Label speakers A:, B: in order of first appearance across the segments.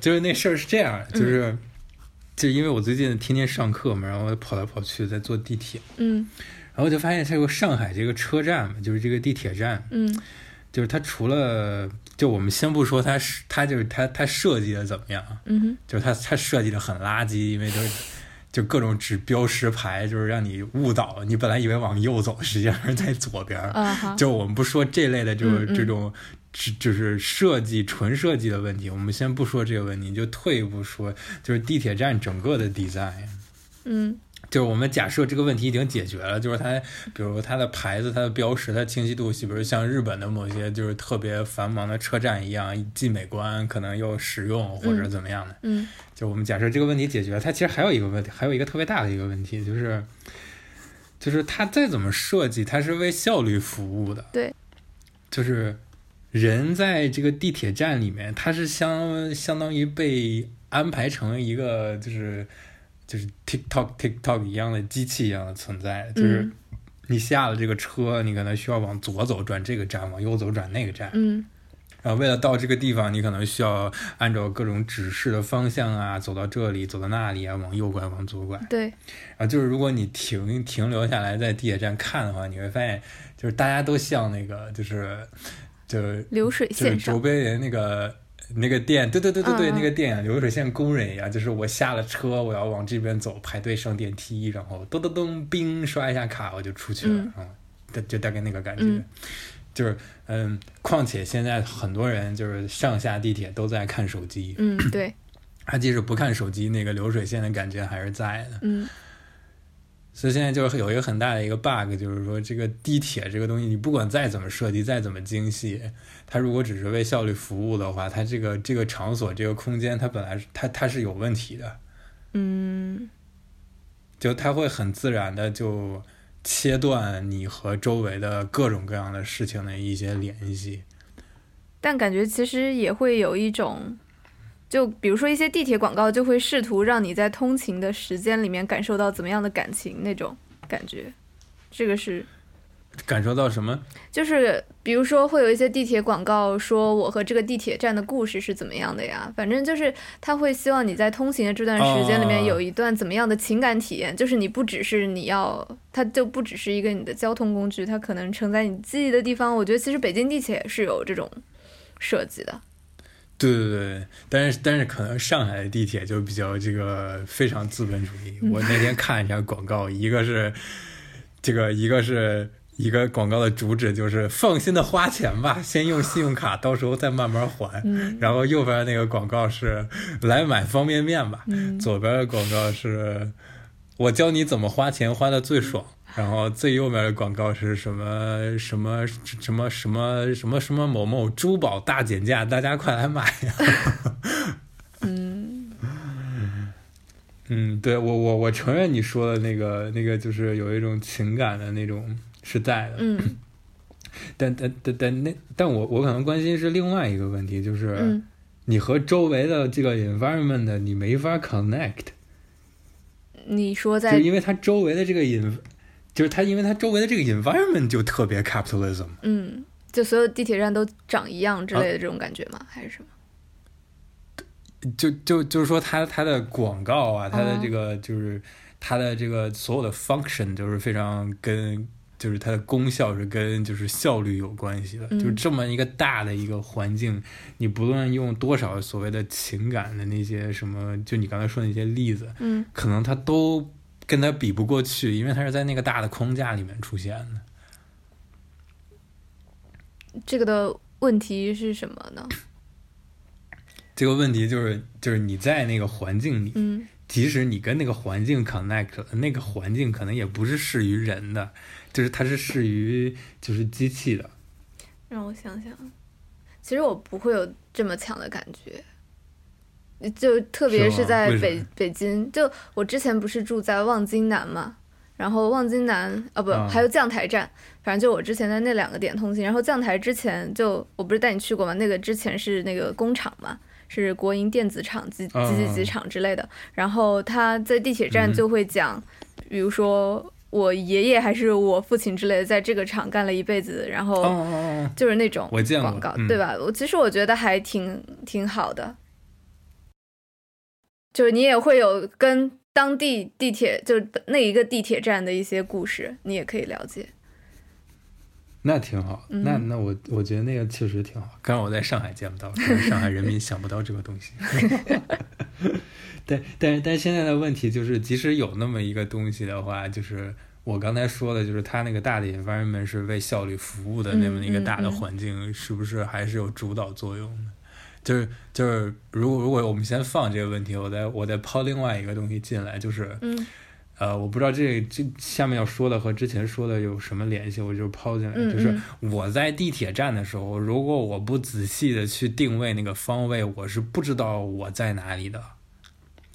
A: 就是那事儿是这样，就是、就因为我最近天天上课嘛，然后跑来跑去在坐地铁，
B: 嗯
A: 然后我就发现这个上海这个车站嘛，就是这个地铁站，
B: 嗯
A: 就是它除了就我们先不说它是它就是它它设计的怎么样啊，
B: 嗯哼
A: 就是它它设计的很垃圾，因为就是就各种指标识牌，就是让你误导，你本来以为往右走，实际上是在左边儿。
B: 啊好，
A: 就我们不说这类的，就是
B: 嗯嗯
A: 这种，只就是设计纯设计的问题，我们先不说这个问题，就退一步说，就是地铁站整个的 design。
B: 嗯
A: 就是我们假设这个问题已经解决了，就是它，比如它的牌子、它的标识、它的清晰度，比如像日本的某些就是特别繁忙的车站一样，既美观可能又实用或者怎么样的。
B: 嗯
A: 就我们假设这个问题解决了，它其实还有一个问题，还有一个特别大的一个问题，就是，就是它再怎么设计，它是为效率服务的。
B: 对，
A: 就是人在这个地铁站里面，他是相相当于被安排成一个就是就是 TikTok TikTok 一样的机器一样的存在，就是
B: 嗯
A: 你下了这个车，你可能需要往左走转这个站，往右走转那个站。
B: 嗯
A: 然后为了到这个地方，你可能需要按照各种指示的方向啊，走到这里，走到那里啊，往右拐，往左拐。
B: 对
A: 然后就是如果你停停留下来在地铁站看的话，你会发现，就是大家都像那个，就是就是
B: 流水
A: 就是
B: 线
A: 卓
B: 上，
A: 别林那个那个店，对对对对对，
B: 嗯嗯
A: 那个电影流水线工人一样，就是我下了车，我要往这边走，排队上电梯，然后噔噔噔，冰刷一下卡，我就出去了，嗯，大就大概那个感觉。
B: 嗯
A: 就是，嗯，况且现在很多人就是上下地铁都在看手机，
B: 嗯对
A: 他即使不看手机，那个流水线的感觉还是在的。
B: 嗯
A: 所以现在就是有一个很大的一个 bug，就是说这个地铁这个东西，你不管再怎么设计，再怎么精细，它如果只是为效率服务的话，它这个这个场所、这个空间，它本来是它它是有问题的，
B: 嗯
A: 就它会很自然的就切断你和周围的各种各样的事情的一些联系。
B: 但感觉其实也会有一种，就比如说一些地铁广告就会试图让你在通勤的时间里面感受到怎么样的感情那种感觉，这个是
A: 感受到什么？
B: 就是比如说会有一些地铁广告说我和这个地铁站的故事是怎么样的呀，反正就是他会希望你在通行的这段时间里面
A: 哦
B: 有一段怎么样的情感体验，就是你不只是你要，它就不只是一个你的交通工具，它可能承载你记忆的地方。我觉得其实北京地铁是有这种设计的，
A: 对对对，但是但是可能上海的地铁就比较这个非常资本主义。我那天看一下广告，一个是这个， 一个是一个广告的主旨就是放心的花钱吧，先用信用卡，到时候再慢慢还。然后右边那个广告是来买方便面吧，
B: 嗯
A: 左边的广告是我教你怎么花钱花的最爽。然后最右边的广告是什么什么什么什么什么什么某某珠宝大减价，大家快来买呀！ 嗯嗯，对我我我承认你说的那个那个就是有一种情感的那种是在的，
B: 嗯
A: 但但但但那但我我可能关心是另外一个问题，就是、
B: 嗯
A: 你和周围的这个 environment 你没法 connect，
B: 你说
A: 就是
B: 在
A: 因为它周围的这个 en，就是它因为它周围的这个 environment 就特别 capitalism。
B: 嗯，就所有地铁站都长一样之类
A: 啊
B: 的这种感觉吗？还是什么？
A: 就就就是说它它的广告啊，它的
B: 哦
A: 这个就是它的这个所有的 function 就是非常跟就是它的功效是跟就是效率有关系的，
B: 嗯
A: 就是这么一个大的一个环境，你不论用多少所谓的情感的那些什么，就你刚才说的那些例子，
B: 嗯
A: 可能它都跟它比不过去，因为它是在那个大的框架里面出现的。
B: 这个的问题是什么呢？
A: 这个问题就是就是你在那个环境里，
B: 嗯
A: 即使你跟那个环境 connect，了那个环境可能也不是适于人的，就是它是适于就是机器的。
B: 让我想啊想，其实我不会有这么强的感觉，就特别
A: 是吗
B: 是在
A: 为什
B: 北
A: 么
B: 北京，就我之前不是住在望京南嘛，然后望京南啊不、
A: 啊
B: 还有将台站，反正就我之前在那两个点通勤，然后将台之前就我不是带你去过嘛，那个之前是那个工厂嘛。是国营电子厂、几
A: 啊
B: 几几几厂之类的，然后他在地铁站
A: 嗯
B: 就会讲，比如说我爷爷还是我父亲之类的，在这个厂干了一辈子，然后
A: 哦哦哦，
B: 就是那种
A: 我见过
B: 广告，
A: 嗯
B: 对吧？我其实我觉得还挺挺好的，就是你也会有跟当地地铁，就是那一个地铁站的一些故事，你也可以了解。
A: 那挺好，
B: 嗯
A: 那那我我觉得那个确实挺好。刚然我在上海见不到， 可能上海人民想不到这个东西。 但但是但是现在的问题就是，即使有那么一个东西的话，就是我刚才说的，就是它那个大的 environment 是为效率服务的那么一个
B: 嗯嗯
A: 大的
B: 嗯
A: 环境，是不是还是有主导作用的？就是就是，如果如果我们先放这个问题，我再我再抛另外一个东西进来，就是
B: 嗯
A: 呃，我不知道这这下面要说的和之前说的有什么联系，我就抛进来。
B: 嗯
A: 就是
B: 嗯
A: 我在地铁站的时候，如果我不仔细的去定位那个方位，我是不知道我在哪里的。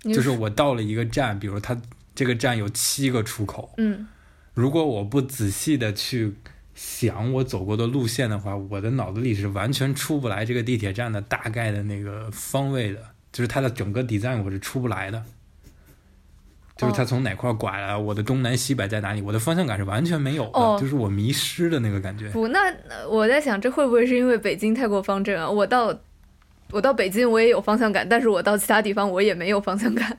B: 你
A: 就是我到了一个站，比如它这个站有七个出口，
B: 嗯，
A: 如果我不仔细的去想我走过的路线的话，我的脑子里是完全出不来这个地铁站的大概的那个方位的，就是它的整个 design 我是出不来的。就是它从哪块拐来，我的东南西北在哪里，我的方向感是完全没有的，
B: 哦
A: 就是我迷失的那个感觉。
B: 不，那呃我在想，这会不会是因为北京太过方正啊？我到我到北京我也有方向感，但是我到其他地方我也没有方 向感。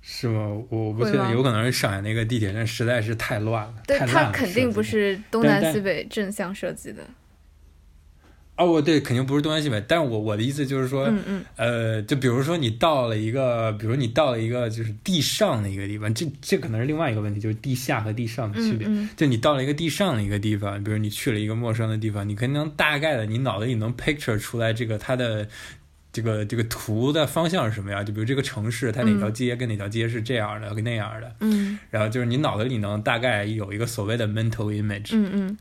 A: 是吗？我不
B: 会
A: 确定
B: 吗，
A: 有可能是上海那个地铁站实在是太乱了，
B: 对，
A: 太烂
B: 它
A: 了
B: 肯定不
A: 设计
B: 是东
A: 但
B: 南
A: 但
B: 西北正向设计的。
A: 哦，我对，肯定不是东南西北，但我我的意思就是说，
B: 嗯嗯，
A: 呃，就比如说你到了一个，比如你到了一个就是地上的一个地方，这这可能是另外一个问题，就是地下和地上的区别。
B: 嗯嗯
A: 就你到了一个地上的一个地方，比如你去了一个陌生的地方，你可能大概的，你脑子里能 picture 出来这个它的。这个这个图的方向是什么呀？就比如这个城市，它哪条街跟哪条街是这样的，跟那样的。
B: 嗯
A: 然后就是你脑子里能大概有一个所谓的 mental image，、
B: 嗯嗯，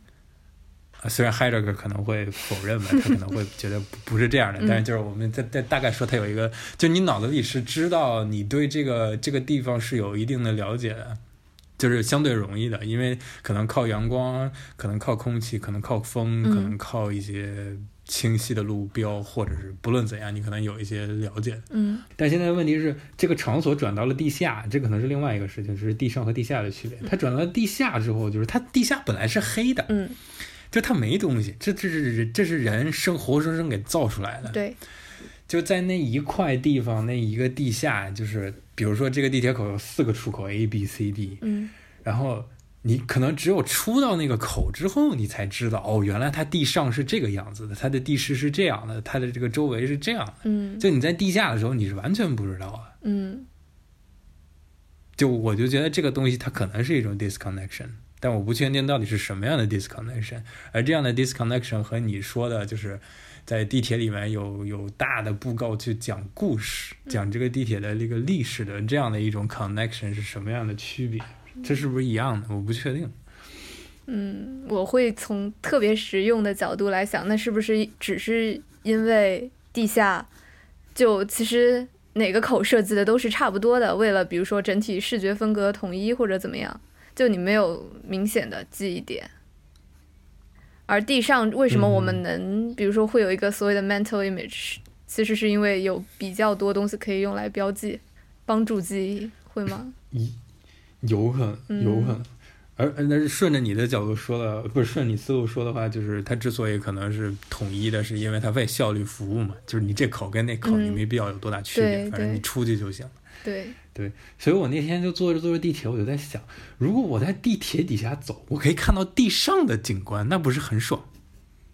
A: 啊虽然 Heidegger 可能会否认吧，他可能会觉得不不是这样的，
B: 嗯
A: 但是就是我们在在大概说，他有一个，就你脑子里是知道你对这个这个地方是有一定的了解的，就是相对容易的，因为可能靠阳光，可能靠空气，可能靠风，
B: 嗯
A: 可能靠一些清晰的路标，或者是不论怎样，你可能有一些了解。
B: 嗯
A: 但现在问题是，这个场所转到了地下，这可能是另外一个事情，就是地上和地下的区别。它转到了地下之后，就是它地下本来是黑的，
B: 嗯，
A: 就它没东西，这这是人这是人生活生生给造出来的。
B: 对，
A: 就在那一块地方，那一个地下，就是比如说这个地铁口有四个出口 A、B、C、D，
B: 嗯
A: 然后你可能只有出到那个口之后，你才知道哦，原来它地上是这个样子的，它的地势是这样的，它的这个周围是这样的。
B: 嗯
A: 就你在地下的时候，你是完全不知道啊。
B: 嗯
A: 就我就觉得这个东西它可能是一种 disconnection，但我不确定到底是什么样的 disconnection。而这样的 disconnection 和你说的就是在地铁里面有有大的布告去讲故事，讲这个地铁的这个历史的这样的一种 connection 是什么样的区别？这是不是一样的？我不确定。
B: 嗯，我会从特别实用的角度来想，那是不是只是因为地下就其实哪个口设计的都是差不多的，为了比如说整体视觉风格统一或者怎么样，就你没有明显的记忆点。而地上为什么我们能，比如说会有一个所谓的 mental image，其实是因为有比较多东西可以用来标记，帮助记忆，会吗？
A: 有可能，有可能
B: 嗯。
A: 而而但是顺着你的角度说的，不是顺你思路说的话，就是它之所以可能是统一的，是因为它为效率服务嘛，就是你这口跟那口
B: 嗯
A: 你没必要有多大区别，
B: 对
A: 反正你
B: 对
A: 出去就行。
B: 对，
A: 所以我那天就坐着坐着地铁，我就在想，如果我在地铁底下走，我可以看到地上的景观，那不是很爽？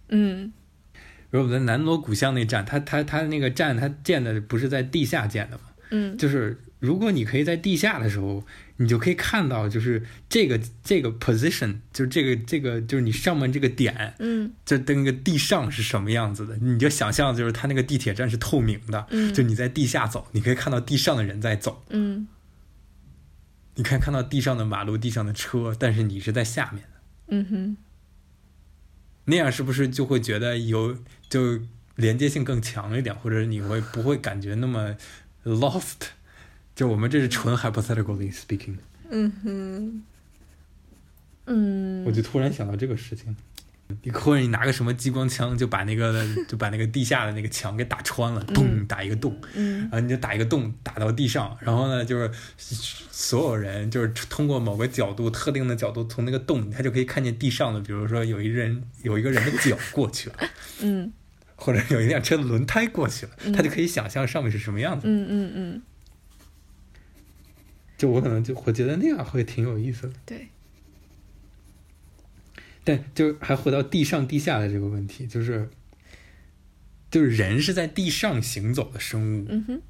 B: 嗯
A: 比如我们在南锣鼓巷那站，它它它那个站它建的不是在地下建的吗？
B: 嗯
A: 就是如果你可以在地下的时候，你就可以看到，就是这个这个 position，就是这个这个就是你上面这个点，
B: 嗯
A: 这那个地上是什么样子的，你就想象就是它那个地铁站是透明的，
B: 嗯
A: 就你在地下走，你可以看到地上的人在走，
B: 嗯
A: 你可以看到地上的马路、地上的车，但是你是在下面的，
B: 嗯哼。
A: 那样是不是就会觉得有就连接性更强一点，或者你会不会感觉那么 lost？就我们这是纯 hypothetically speaking。
B: 嗯哼，嗯，
A: 我就突然想到这个事情，你或者你拿个什么激光枪就把那个就把那个地下的那个墙给打穿了，咚打一个洞，
B: 嗯
A: 然后你就打一个洞打到地上，然后呢就是所有人就是通过某个角度特定的角度从那个洞，他就可以看见地上的，比如说有一人有一个人的脚过去了，
B: 嗯
A: 或者有一辆车的轮胎过去了，他就可以想象上面是什么样子。
B: 嗯嗯嗯，
A: 就我可能就我觉得那样会挺有意思的。
B: 对，
A: 但就是还回到地上地下的这个问题，就是就是人是在地上行走的生物，
B: 嗯哼，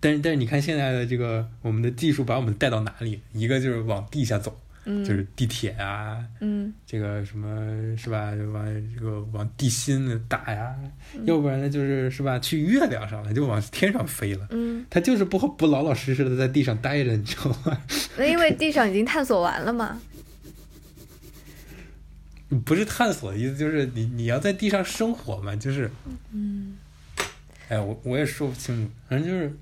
A: 但是但是你看现在的这个我们的技术把我们带到哪里？一个就是往地下走，
B: 嗯
A: 就是地铁啊，
B: 嗯
A: 这个什么是吧？往这个往地心打呀，要不然呢就是是吧？去月亮上了，就往天上飞了。
B: 嗯，
A: 它就是不不老老实实的在地上待着，你知道吗？
B: 那因为地上已经探索完了嘛，
A: 不是探索的意思，就是你你要在地上生活嘛，就是，嗯，哎，我我也说不清楚，反正就是，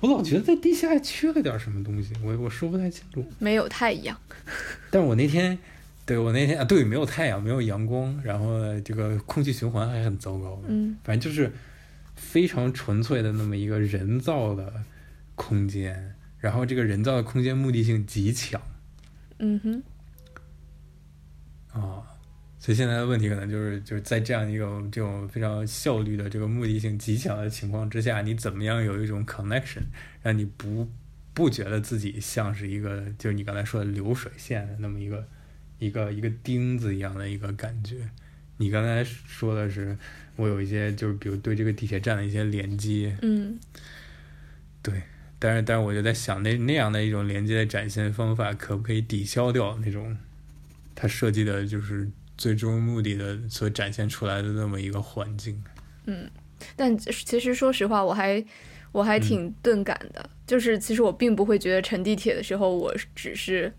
A: 我老觉得在地下缺了点什么东西，我我说不太清楚。
B: 没有太阳，
A: 但是我那天，对我那天啊，对，没有太阳，没有阳光，然后呢这个空气循环还很糟糕，
B: 嗯
A: 反正就是非常纯粹的那么一个人造的空间，然后这个人造的空间目的性极强
B: 嗯哼，
A: 啊、所以现在的问题可能就是就是在这样一个这种非常效率的这个目的性极强的情况之下，你怎么样有一种 connection，让你不不觉得自己像是一个就是你刚才说的流水线的那么一个一个一个钉子一样的一个感觉。你刚才说的是，我有一些就是比如对这个地铁站的一些连接，
B: 嗯
A: 对，但是但是我就在想那，那样的一种连接的展现方法，可不可以抵消掉那种它设计的，就是最终目的的所展现出来的那么一个环境？
B: 但其实说实话，我还我
A: 嗯
B: 还挺钝感的，就是其实我并不会觉得乘地铁的时候，我只是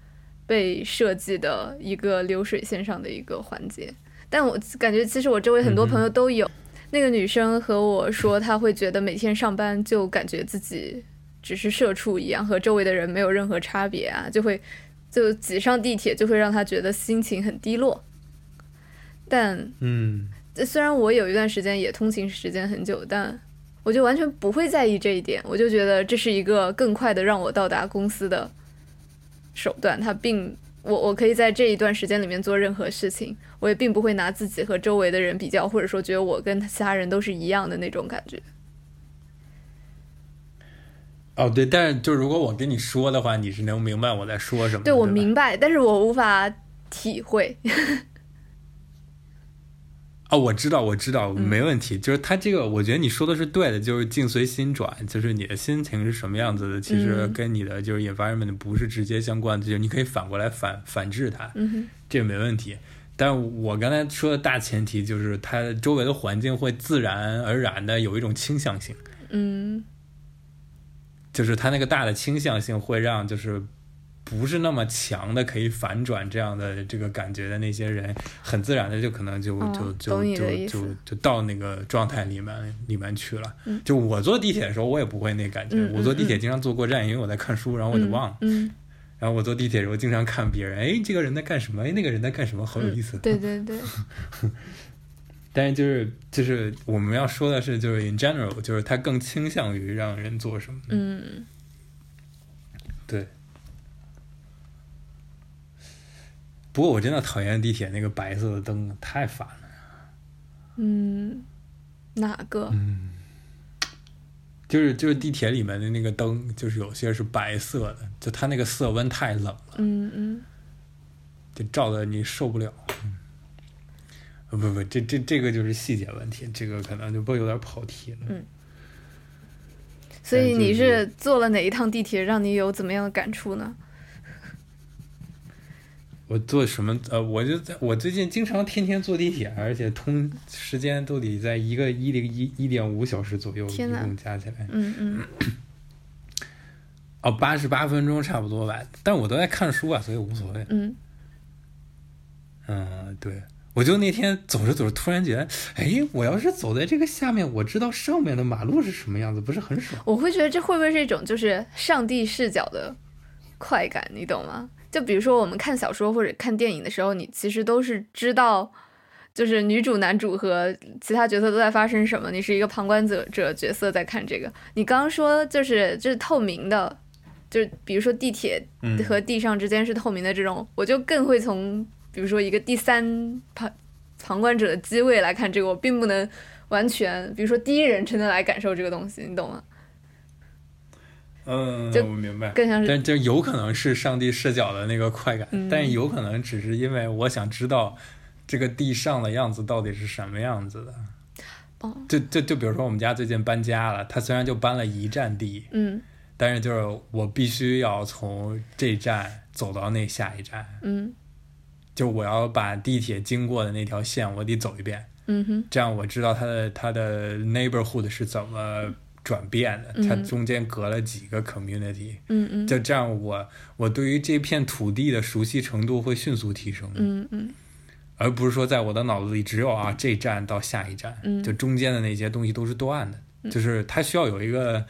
B: 被设计的一个流水线上的一个环节。但我感觉其实我周围很
A: 嗯
B: 多
A: 哼
B: 朋友都有，那个女生和我说，她会觉得每天上班就感觉自己只是社畜一样，和周围的人没有任何差别啊，就会就挤上地铁就会让她觉得心情很低落。但
A: 嗯，
B: 呃虽然我有一段时间也通勤时间很久，但我就完全不会在意这一点，我就觉得这是一个更快的让我到达公司的手段。它并我我可以在这一段时间里面做任何事情，我也并不会拿自己和周围的人比较，或者说觉得我跟其他人都是一样的那种感觉。
A: 哦对，但是就如果我跟你说的话，你是能明白我在说什么的。
B: 对我
A: 吧
B: 明白，但是我无法体会。
A: 哦，我知道，我知道，
B: 嗯
A: 没问题。就是他这个，我觉得你说的是对的，就是境随心转，就是你的心情是什么样子的，其实
B: 嗯
A: 跟你的就是 environment 不是直接相关的，就是你可以反过来反反制它，
B: 嗯哼，
A: 这没问题。但我刚才说的大前提就是，它周围的环境会自然而然的有一种倾向性，
B: 嗯
A: 就是它那个大的倾向性会让就是不是那么强的可以反转这样的这个感觉的那些人，很自然的就可能就、
B: 哦
A: 就
B: 懂
A: 就
B: 你的
A: 就
B: 意思
A: 就就到那个状态里面里面去了。
B: 嗯
A: 就我坐地铁的时候，我也不会那感觉。
B: 嗯嗯
A: 我坐地铁经常坐过站，因为我在看书，然后我就哦忘了。
B: 嗯，
A: 然后我坐地铁的时候经常看别人，哎，这个人在干什么？哎，那个人在干什么？好
B: 嗯
A: 有意思。
B: 对对对，
A: 但是就是就是我们要说的是，就是 in general，就是它更倾向于让人做什么。
B: 嗯
A: 对。不过我真的讨厌地铁那个白色的灯，太烦了。
B: 嗯，哪个？
A: 嗯就是就是地铁里面的那个灯，就是有些是白色的，就它那个色温太冷了，
B: 嗯嗯
A: 就照的你受不了。嗯、不不，这这这个就是细节问题，这个可能就不有点跑题了。
B: 嗯所以
A: 但
B: 你
A: 嗯就是
B: 是坐了哪一趟地铁，让你有怎么样的感触呢？
A: 我坐什么？呃，我就在我最近经常天天坐地铁，而且通时间都得在一个一零一一点五小时左右，一
B: 天哪
A: 共加起来
B: 嗯嗯
A: 哦，八十八分钟差不多吧。但我都在看书啊，所以无所谓。
B: 嗯
A: 嗯，对，我就那天走着走着，突然觉得，哎，我要是走在这个下面，我知道上面的马路是什么样子，不是很爽？
B: 我会觉得这会不会是一种就是上帝视角的快感，你懂吗？就比如说我们看小说或者看电影的时候，你其实都是知道，就是女主、男主和其他角色都在发生什么，你是一个旁观者者角色在看这个。你刚刚说就是就是透明的，就是比如说地铁
A: 嗯
B: 和地上之间是透明的这种，我就更会从比如说一个第三旁旁观者的机位来看这个，我并不能完全，比如说第一人称的来感受这个东西，你懂吗？
A: 嗯，
B: 就
A: 我明白。
B: 更像是
A: 但这有可能是上帝视角的那个快感，
B: 嗯
A: 但有可能只是因为我想知道这个地上的样子到底是什么样子的。
B: 哦，
A: 就就就比如说我们家最近搬家了，它虽然就搬了一站地，
B: 嗯
A: 但是就是我必须要从这站走到那下一站，
B: 嗯
A: 就我要把地铁经过的那条线我得走一遍，
B: 嗯哼
A: 这样我知道它的它的 neighborhood 是怎么转变的，
B: 嗯
A: 它中间隔了几个 community，、
B: 嗯嗯
A: 就这样我，我对于这片土地的熟悉程度会迅速提升，
B: 嗯嗯
A: 而不是说在我的脑子里只有啊这站到下一站，
B: 嗯
A: 就中间的那些东西都是断的，
B: 嗯
A: 就是它需要有一个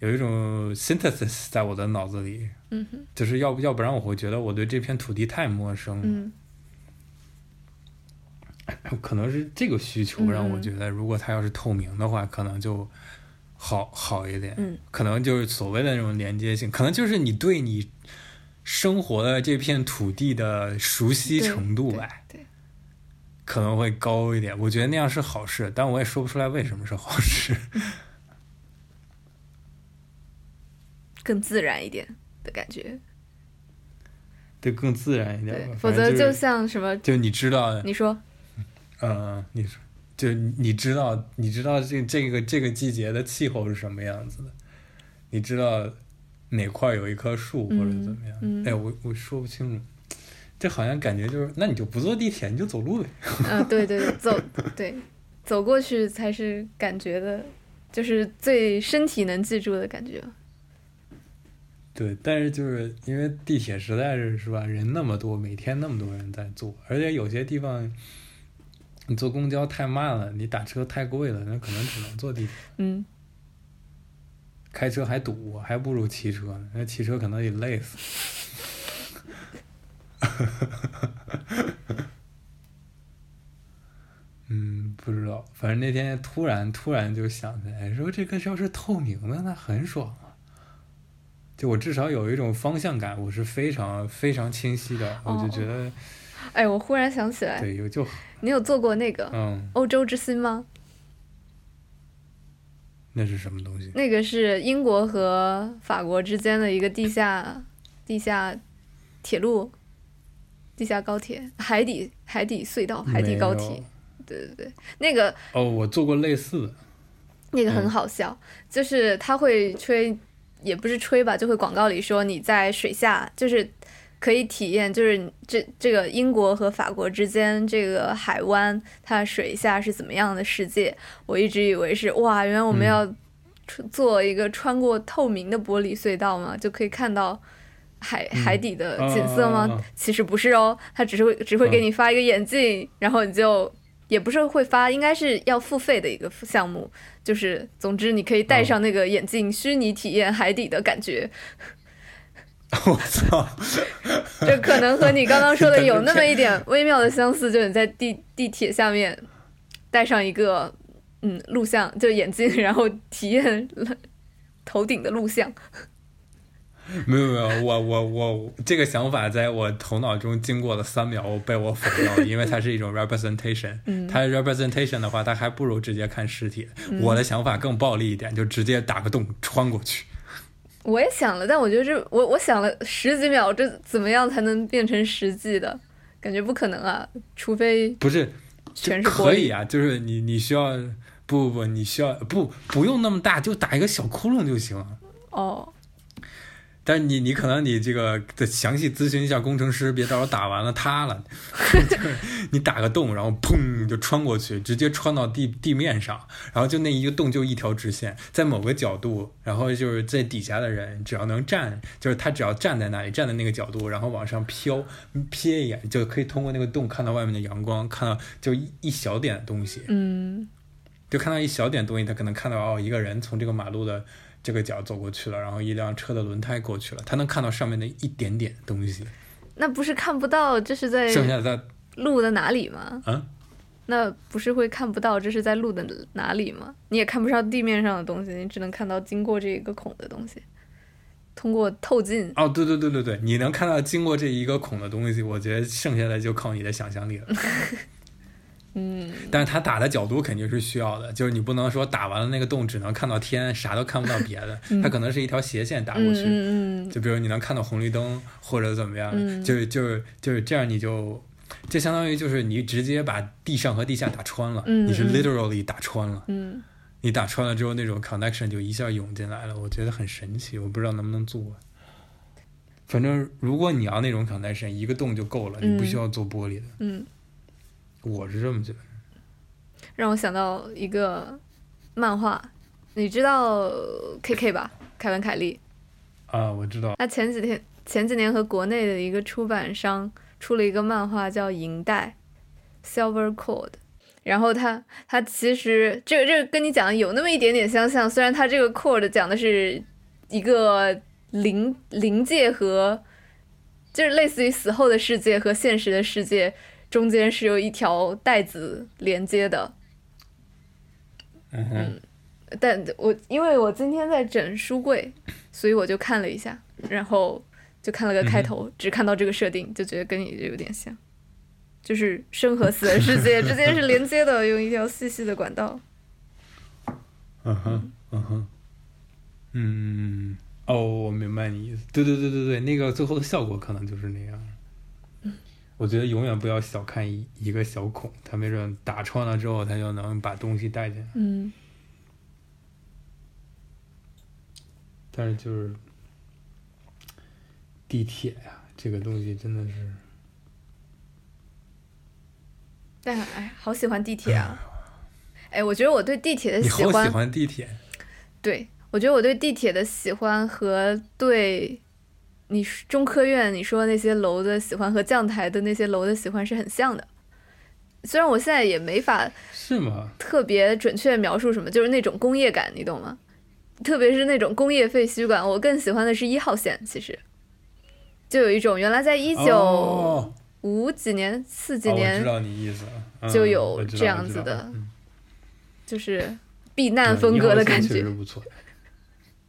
A: 有一种 synthesis 在我的脑子里，
B: 嗯哼
A: 就是要不要不然我会觉得我对这片土地太陌生了，
B: 嗯
A: 可能是这个需求
B: 嗯
A: 让我觉得，如果它要是透明的话，可能就好好一点。
B: 嗯
A: 可能就是所谓的那种连接性，可能就是你对你生活的这片土地的熟悉程度
B: 对
A: 吧，
B: 对，
A: 可能会高一点。我觉得那样是好事，但我也说不出来为什么是好事。
B: 更自然一点的感觉，
A: 对，更自然一点
B: 对
A: 吧。，
B: 否
A: 嗯反正
B: 则
A: 就是
B: 就像什么，
A: 就你知道，
B: 你说
A: 嗯，你说，就你知道，你知道这这个这个季节的气候是什么样子的，你知道哪块儿有一棵树或者怎么样？
B: 嗯嗯
A: 哎，我我说不清楚，这好像感觉就是，那你就不坐地铁，你就走路呗。
B: 嗯，对对对， 走对，走过去才是感觉的，就是最身体能记住的感觉。
A: 对，但是就是因为地铁实在是是吧，人那么多，每天那么多人在坐，而且有些地方你坐公交太慢了，你打车太贵了，那可能只能坐地铁。
B: 嗯，
A: 开车还堵，还不如骑车呢。那骑车可能得累死。 嗯，不知道，反正那天突然突然就想起来，说这个要是透明的，那很爽啊！就我至少有一种方向感，我是非常非常清晰的。我就觉得，
B: 哎，我忽然想起来，
A: 对，有就好
B: 你有做过那个
A: 嗯，
B: 欧洲之星吗？
A: 那是什么东西？
B: 那个是英国和法国之间的一个地下地下铁路、地下高铁、海底海底隧道、海底高
A: 没
B: 铁
A: 有。
B: 对对对，那个
A: 哦，我做过类似的，
B: 那个很
A: 嗯
B: 好笑，就是他会吹，也不是吹吧，就会广告里说你在水下，就是可以体验，就是这这个英国和法国之间这个海湾，它水下是怎么样的世界。我一直以为是哇，原来我们
A: 嗯
B: 要穿做一个穿过透明的玻璃隧道嘛，就可以看到。海
A: 嗯
B: 海底的景色吗？
A: 啊啊啊啊
B: 其实不是哦，它只是会只会给
A: 嗯
B: 你发一个眼镜，然后你就也不是会发，应该是要付费的一个项目。就是总之你可以戴上那个眼镜，虚拟体验海底的感觉。
A: 我操！
B: 这可能和你刚刚说的有
A: 感觉
B: 那么一点微妙的相似，就是你在地地铁下面戴上一个嗯录像，就眼镜，然后体验 了头顶的录像。
A: 没有没有，我我我这个想法在我头脑中经过了三秒，我被我否掉了，因为它是一种 representation。
B: 嗯
A: 它 representation 的话，它还不如直接看尸体。我的想法更暴力一点，就直接打个洞穿过去。
B: 我也想了，但我觉得这我我想了十几秒，这怎么样才能变成实际的？感觉不可能啊，除非
A: 不是，
B: 全是玻
A: 可以
B: 璃。
A: 啊，就是你你需要不不不，你需要不不用那么大，就打一个小窟窿就行了。
B: 哦，
A: 但是你你可能你这个得详细咨询一下工程师，别到时候打完了塌了。就是你打个洞，然后砰就穿过去，直接穿到地地面上，然后就那一个洞就一条直线，在某个角度，然后就是在底下的人只要能站，就是他只要站在那里，站在那个角度，然后往上飘嗯瞥一眼，就可以通过那个洞看到外面的阳光，看到就一一小点的东西，
B: 嗯
A: 就看到一小点东西，他可能看到哦，一个人从这个马路的这个角走过去了，然后一辆车的轮胎过去了，他能看到上面的一点点东西，
B: 那不是看不到，这是在
A: 剩下的
B: 路的哪里吗？
A: 啊，
B: 那不是会看不到这是在路的哪里吗？你也看不上地面上的东西，你只能看到经过这一个孔的东西，通过透镜。
A: 哦，对对对对对，你能看到经过这一个孔的东西，我觉得剩下的就靠你的想象力了。
B: 嗯，
A: 但是他打的角度肯定是需要的，就是你不能说打完了那个洞只能看到天，啥都看不到别的，它可能是一条斜线打过去，
B: 嗯嗯嗯
A: 就比如你能看到红绿灯或者怎么样，
B: 嗯
A: 就就就是这样，你就这相当于就是你直接把地上和地下打穿了，
B: 嗯
A: 你是
B: 嗯
A: literally 打穿了，
B: 嗯
A: 你打穿了之后那种 connection 就一下涌进来了，我觉得很神奇，我不知道能不能做。反正如果你要那种 connection，一个洞就够了，你不
B: 嗯
A: 需要做玻璃的，
B: 嗯嗯，
A: 我是这么觉得。
B: 让我想到一个漫画，你知道 K K 吧？凯文凯利，
A: 啊，我知道，
B: 他前几天前几年和国内的一个出版商出了一个漫画叫《银带》（Silver Cord），然后他他其实这个这个跟你讲的有那么一点点相像，虽然他这个 Cord 讲的是一个临临界和就是类似于死后的世界和现实的世界中间是由一条带子连接的，
A: 嗯哼，
B: 但我因为我今天在整书柜，所以我就看了一下，然后就看了个
A: 嗯
B: 开头，只看到这个设定，就觉得跟你这有点像，就是生和死的世界之间是连接的，用一条细细的管道。
A: 嗯哼，嗯哼，嗯，哦，我明白你意思。对对对对对，那个最后的效果可能就是那样。我觉得永远不要小看一一个小孔，它没准打穿了之后，它就能把东西带进来。
B: 嗯
A: 但是就是地铁呀、这个东西真的是，
B: 但哎，好喜欢地铁啊！哎，我觉得我对地铁的
A: 嗯你
B: 喜
A: 好
B: 欢，
A: 喜欢地铁，
B: 对我觉得我对地铁的喜欢和对你说中科院你说那些楼的喜欢和将台的那些楼的喜欢是很像的，虽然我现在也没法。
A: 是吗？
B: 特别准确地描述什么，就是那种工业感，你懂吗？特别是那种工业废墟感，我更喜欢的是一号线。其实，就有一种原来在一九
A: 哦
B: 五几年、四几
A: 哦我
B: 年
A: 知，道你意思了，嗯
B: 就有
A: 我知道
B: 这
A: 我
B: 样
A: 知
B: 子
A: 道
B: 的
A: 嗯
B: 就是避难风格的感
A: 确实
B: 觉。
A: 不错。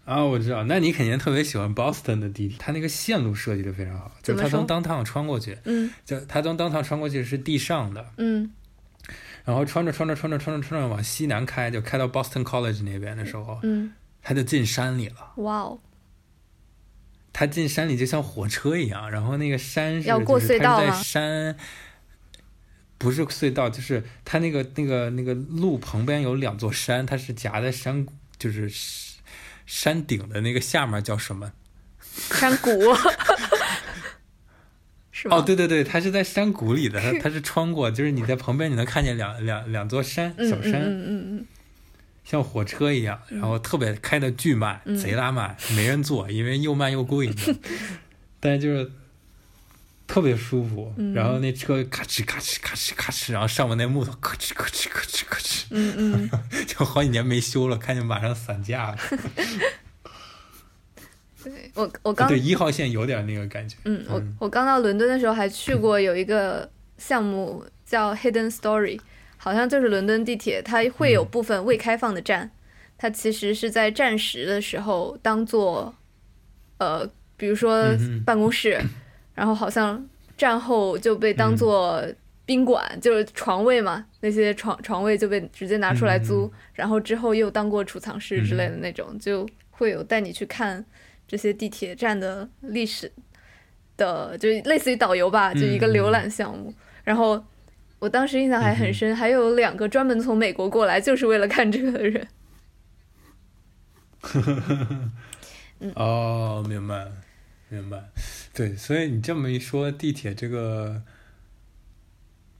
A: 啊，我知道，那你肯定特别喜欢 Boston 的地铁，它那个线路设计的非常好，就
B: 怎
A: 是
B: 么
A: 它从
B: 说
A: downtown 穿过去，
B: 嗯
A: 就它从 downtown 穿过去是地上的，
B: 嗯
A: 然后穿着穿着穿着穿着穿着往西南开，就开到 Boston College 那边的时候，
B: 嗯，
A: 它就进山里了。
B: 哇哦，
A: 它进山里就像火车一样，然后那个山是
B: 要过
A: 就是它
B: 隧道
A: 是在
B: 吗
A: 山不是隧道，就是它那个那个那个路旁边有两座山，它是夹在山谷就是山山顶的那个下面叫什么？
B: 山 谷是吗？
A: 哦，对对对，它是在山谷里 的，它它是穿过，就是你在旁边你能看见两两两座山，
B: 嗯
A: 小
B: 嗯
A: 山、
B: 嗯嗯嗯，
A: 像火车一样，然后特别开的巨慢，贼拉慢，没人坐，因为又慢又贵，你知道但是就是特别舒服。然后那车咔哧咔哧咔哧咔哧，然后上面那木头咔哧咔哧咔哧咔哧，嗯嗯，就好几年没修了，看见马上散架了。
B: 对我我刚
A: 啊对，一号线有点那个感觉。
B: 嗯，我我刚到伦敦的时候还去过有一个项目叫 Hidden Story，好像就是伦敦地铁，它会有部分未开放的站，它其实是在战时的时候当做，呃，比如说
A: 嗯哼
B: 办公室，然后好像战后就被当做
A: 嗯
B: 宾馆，就是床位嘛，那些床床位就被直接拿出来租，
A: 嗯
B: 然后之后又当过储藏室之类的那种，就会有带你去看这些地铁站的历史的，就类似于导游吧，就一个
A: 嗯嗯嗯
B: 浏览项目。然后我当时印象还很深，还有两个专门从美国过来就是为了看这个的 人。
A: 哦，明白，了，明白了。对，所以你这么一说，地铁这个，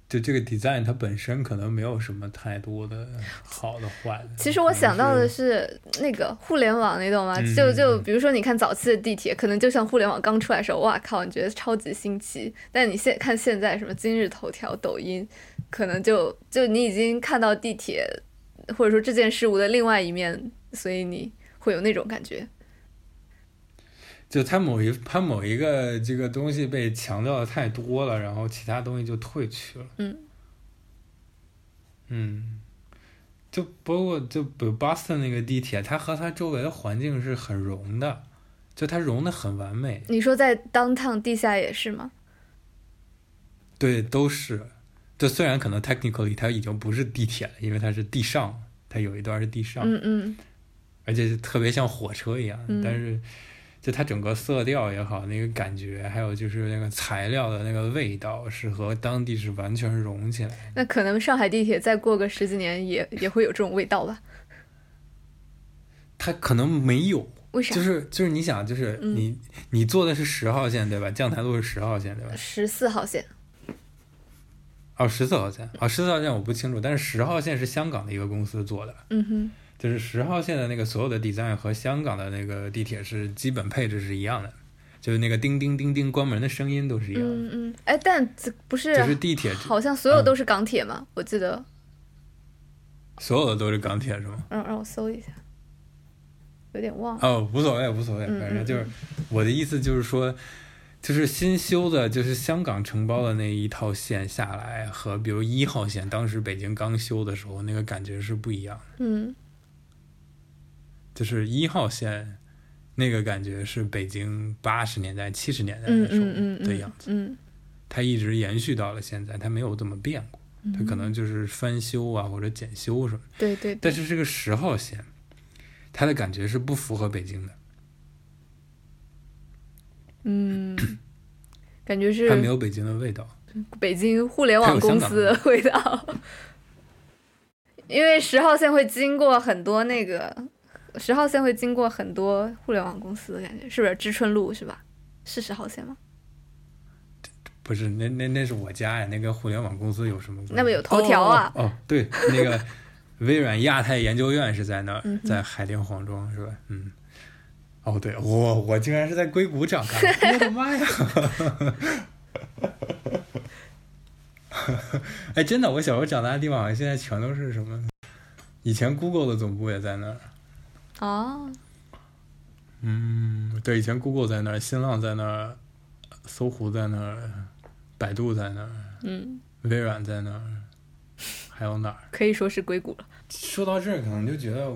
A: 就这个 design 它本身可能没有什么太多的好的坏的。
B: 其实我想到的
A: 是，
B: 是那个互联网，你懂吗？
A: 嗯
B: 就
A: 嗯
B: 就
A: 嗯
B: 比如说，你看早期的地铁，可能就像互联网刚出来的时候，哇靠，你觉得超级新奇。但你现看现在什么今日头条、抖音，可能就就你已经看到地铁或者说这件事物的另外一面，所以你会有那种感觉。
A: 就它某一它某一个这个东西被强调的太多了，然后其他东西就退去了。
B: 嗯
A: 嗯，就包括就比如 Boston 那个地铁，它和它周围的环境是很融的，就它融的很完美。
B: 你说在 downtown 地下也是吗？
A: 对，都是，就虽然可能 technically 它已经不是地铁了，因为它是地上，它有一段是地上，
B: 嗯嗯
A: 而且就特别像火车一样，
B: 嗯
A: 但是就它整个色调也好，那个感觉，还有就是那个材料的那个味道，是和当地是完全融起来的。
B: 那可能上海地铁再过个十几年也也会有这种味道吧？
A: 它可能没有，
B: 为啥
A: 就？是就是你想，就是
B: 啊嗯
A: 你、你坐的是十号线对吧？将台路是十号线对吧？
B: 十四号线，
A: 哦，十四号线哦，十四号线我不清楚，但是十号线是香港的一个公司做的，
B: 嗯哼，
A: 就是十号线的那个所有的 design 和香港的那个地铁是基本配置是一样的，就是那个叮叮叮叮关门的声音都是一样的，
B: 嗯嗯，哎，但这不是
A: 就是地铁
B: 好像所有
A: 嗯
B: 都是港铁嘛？我记得，嗯
A: 所有的都是港铁是吗？
B: 让让我搜一下，有点忘了。
A: 哦，无所谓，无所谓，
B: 嗯
A: 反正就是我的意思就是说，就是新修的，就是香港承包的那一套线下来，和比如一号线当时北京刚修的时候那个感觉是不一样的，
B: 嗯
A: 就是一号线那个感觉是北京八十年代、七十年代
B: 嗯
A: 的时
B: 嗯嗯
A: 候的样
B: 嗯
A: 子，
B: 嗯
A: 它一直延续到了现在，它没有怎么变过，
B: 嗯，
A: 它可能就是翻修啊或者检修什么的。
B: 对对，对
A: 但是这个十号线，它的感觉是不符合北京的，
B: 嗯，感觉是
A: 它没有北京的味道。
B: 北京互联网公司的味道， 因为十号线会经过很多那个，十号线会经过很多互联网公司的感觉，是不是？知春路是吧？是十号线吗？
A: 不是，那那那是我家呀，那跟互联网公司有什么关系？
B: 那不有头条啊
A: 哦？哦，哦对，那 个微软亚太研究院是在那儿
B: 嗯，哼
A: 在海淀黄庄是吧？嗯。哦，对，我我竟然是在硅谷长大 的，我的妈呀！ 哎，真的，我小时候长大的地方好像现在全都是什么？以前 Google 的总部也在那儿，
B: 哦，
A: 嗯，对，以前 Google 在那儿，新浪在那儿，搜狐在那儿，百度在那儿，
B: 嗯，
A: 微软在那儿，还有哪儿？
B: 可以说是硅谷了。
A: 说到这儿，可能就觉得，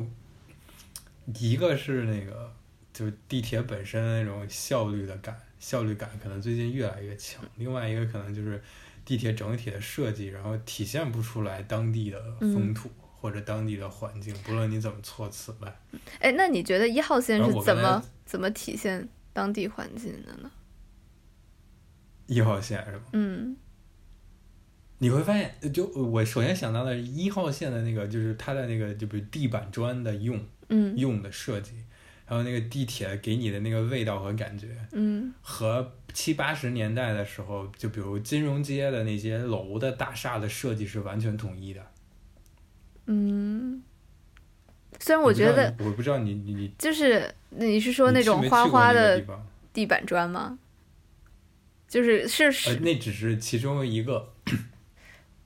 A: 一个是那个，就是地铁本身的那种效率的感，效率感可能最近越来越强；，另外一个可能就是地铁整体的设计，然后体现不出来当地的风土。或者当地的环境，不论你怎么措辞吧，
B: 哎，那你觉得一号线
A: 而
B: 是
A: 啊我
B: 怎
A: 刚才
B: 么怎么体现当地环境的呢？
A: 一号线是吗？
B: 嗯
A: 你会发现，呃就我首先想到的是一号线的那个，就是它的那个，就比如地板砖的用
B: 嗯
A: 用的设计，还有那个地铁给你的那个味道和感觉，
B: 嗯
A: 和七八十年代的时候，就比如金融街的那些楼的大厦的设计是完全统一的。
B: 嗯，虽然我
A: 不知
B: 觉
A: 道
B: 得
A: 你，我不知道你你你
B: 就是你是说
A: 你
B: 那
A: 去没
B: 种
A: 去
B: 花
A: 过
B: 花
A: 那个
B: 的
A: 地方，
B: 地板砖吗？就是是
A: 呃
B: 是，，
A: 那只是其中一个，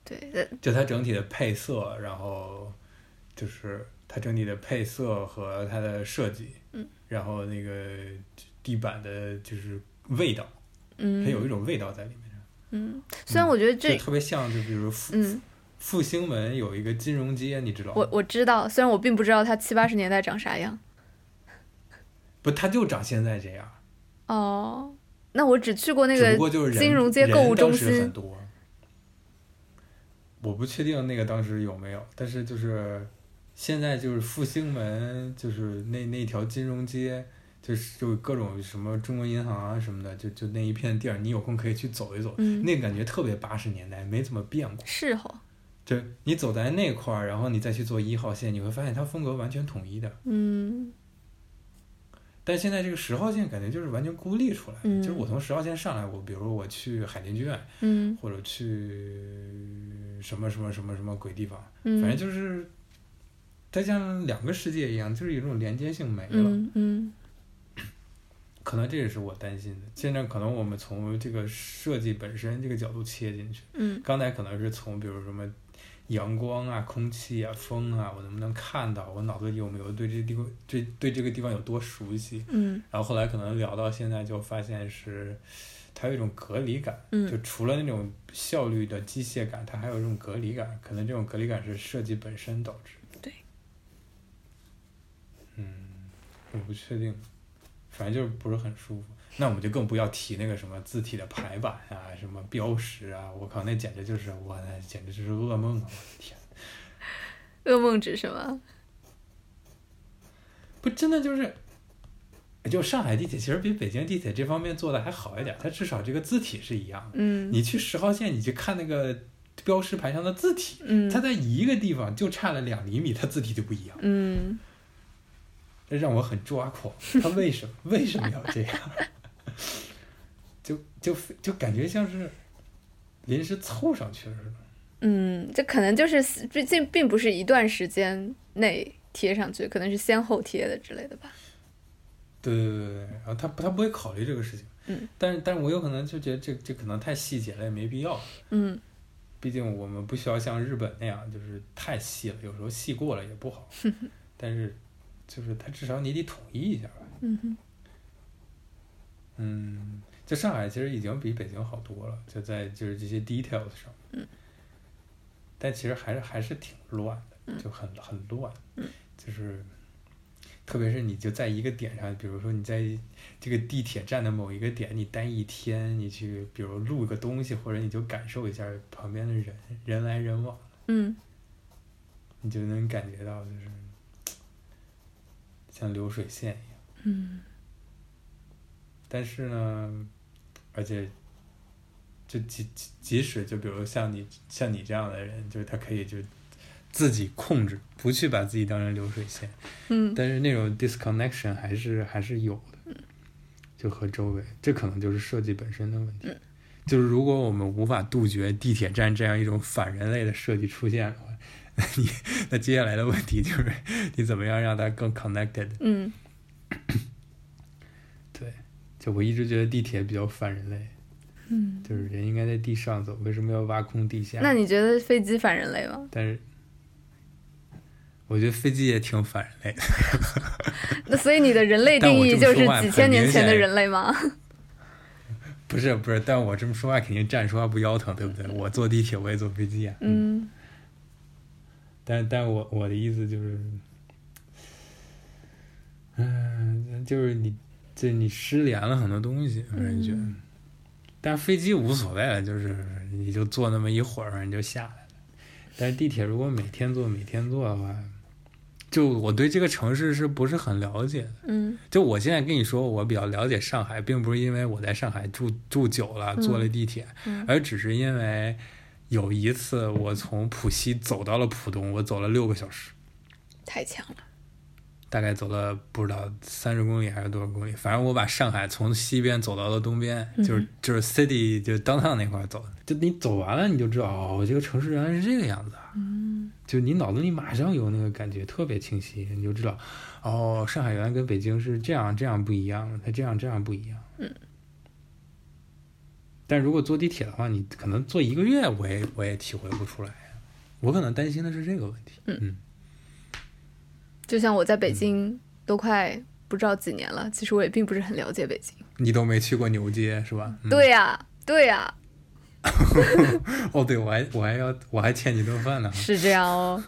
B: 对，呃
A: 就它整体的配色，然后就是它整体的配色和它的设计，
B: 嗯，
A: 然后那个地板的就是味道，它有
B: 嗯
A: 一种味道在里面，
B: 嗯。虽然我觉得
A: 就
B: 这，
A: 特别像就比如复
B: 嗯，
A: 复兴门有一个金融街，你知道吗？
B: 我我知道，虽然我并不知道它七八十年代长啥样。
A: 不，它就长现在这样，
B: 哦，那我只去过那
A: 只
B: 个
A: 不过就是人
B: 金融街购物中
A: 人当时
B: 心
A: 很。多。我不确定那个当时有没有，但是就是现在就是复兴门，就是那那条金融街，就是就各种什么中国银行啊什么的，就就那一片地儿，你有空可以去走一走，
B: 嗯，
A: 那个感觉特别八十年代，没怎么变过。
B: 是吼，
A: 就你走在那块儿，然后你再去做一号线，你会发现它风格完全统一的。
B: 嗯
A: 但现在这个十号线感觉就是完全孤立出来，
B: 嗯
A: 就是我从十号线上来，我比如我去海淀剧院，
B: 嗯
A: 或者去什么什么什么什么鬼地方，
B: 嗯，
A: 反正就是，它像两个世界一样，就是有一种连接性没了。
B: 嗯嗯
A: 可能这也是我担心的。现在可能我们从这个设计本身这个角度切进去，
B: 嗯
A: 刚才可能是从比如什么阳光啊、空气啊、风啊，我能不能看到，我脑子里有没有对这地方对对这个地方有多熟悉。
B: 嗯
A: 然后后来可能聊到现在，就发现是它有一种隔离感，就
B: 嗯
A: 除了那种效率的机械感，它还有一种隔离感，可能这种隔离感是设计本身导致。
B: 对。
A: 嗯，我不确定，反正就是不是很舒服。那我们就更不要提那个什么字体的排版啊，什么标识啊，我靠，那简直就是我那简直就是噩梦啊！我的天，
B: 噩梦指什么？
A: 不真的就是，就上海地铁其实比北京地铁这方面做的还好一点，它至少这个字体是一样的。
B: 嗯
A: 你去十号线，你去看那个标识牌上的字体，
B: 嗯
A: 它在一个地方就差了两厘米，它字体就不一样，
B: 嗯，
A: 这让我很抓狂。它为 什么为什么要这样？ 就就就感觉像是临时凑上去了似的。
B: 嗯，这可能就是毕竟并不是一段时间内贴上去，可能是先后贴的之类的吧。
A: 对对对对对，然后他不他不会考虑这个事情，
B: 嗯，
A: 但是但是我有可能就觉得这这可能太细节了，也没必要。
B: 嗯
A: 毕竟我们不需要像日本那样，就是太细了，有时候细过了也不 好。但是，就是它至少你得统一一下吧。
B: 嗯哼
A: 嗯，就上海其实已经比北京好多了，就在就是这些 details 上。嗯。但其实还是还是挺乱的，就很很乱。
B: 嗯。
A: 就是，特别是你就在一个点上，比如说你在这个地铁站的某一个点，你待一天，你去比如录个东西，或者你就感受一下旁边的人人来人往。
B: 嗯
A: 你就能感觉到，就是像流水线一样。
B: 嗯
A: 但是呢，而且就即即即使就比如像你像你这样的人，就是他可以就自己控制，不去把自己当成流水线，
B: 嗯
A: 但是那种 disconnection 还是还是有的，就和周围，这可能就是设计本身的问题。就是如果我们无法杜绝地铁站这样一种反人类的设计出现的话， 那你那接下来的问题就是你怎么样让它更 connected？
B: 嗯
A: 对，就我一直觉得地铁比较反人类，
B: 嗯。
A: 就是人应该在地上走，为什么要挖空地下？
B: 那你觉得飞机反人类吗？
A: 但是我觉得飞机也挺反人类的。
B: 那所以你的人类
A: 但
B: 定
A: 我
B: 义
A: 这么
B: 就
A: 说
B: 是
A: 话
B: 几
A: 很
B: 千年
A: 明
B: 前的
A: 显
B: 人类吗？
A: 不是不是，但我这么说话肯定站着说话不腰疼，对不对？我坐地铁我也坐飞机啊。
B: 嗯
A: 但但我我的意思就是，嗯，就是你这你失联了很多东西，我感觉。
B: 嗯
A: 但飞机无所谓了，就是你就坐那么一会儿，你就下来了。但是地铁如果每天坐每天坐的话，就我对这个城市是不是很了解的？
B: 嗯
A: 就我现在跟你说，我比较了解上海，并不是因为我在上海住住久了，
B: 嗯
A: 坐了地铁，
B: 嗯
A: 而只是因为有一次我从浦西走到了浦东，我走了六个小时，
B: 太强了。
A: 大概走了不知道三十公里还是多少公里，反正我把上海从西边走到了东边，
B: 嗯
A: 就是就是 city 就 downtown 那块儿走的，就你走完了你就知道哦，这个城市原来是这个样子啊。
B: 嗯
A: 就你脑子里马上有那个感觉，特别清晰，你就知道，哦，上海原来跟北京是这样这样不一样，它这样这样不一样。
B: 嗯。
A: 但如果坐地铁的话，你可能坐一个月，我也我也体会不出来。啊我可能担心的是这个问题。
B: 嗯
A: 嗯
B: 就像我在北京都快不知道几年了，其实我也并不是很了解北京。
A: 你都没去过牛街是吧？嗯、。啊
B: 对呀、对呀、
A: 哦，对，我还我还要我还欠你顿饭呢。
B: 是这样哦。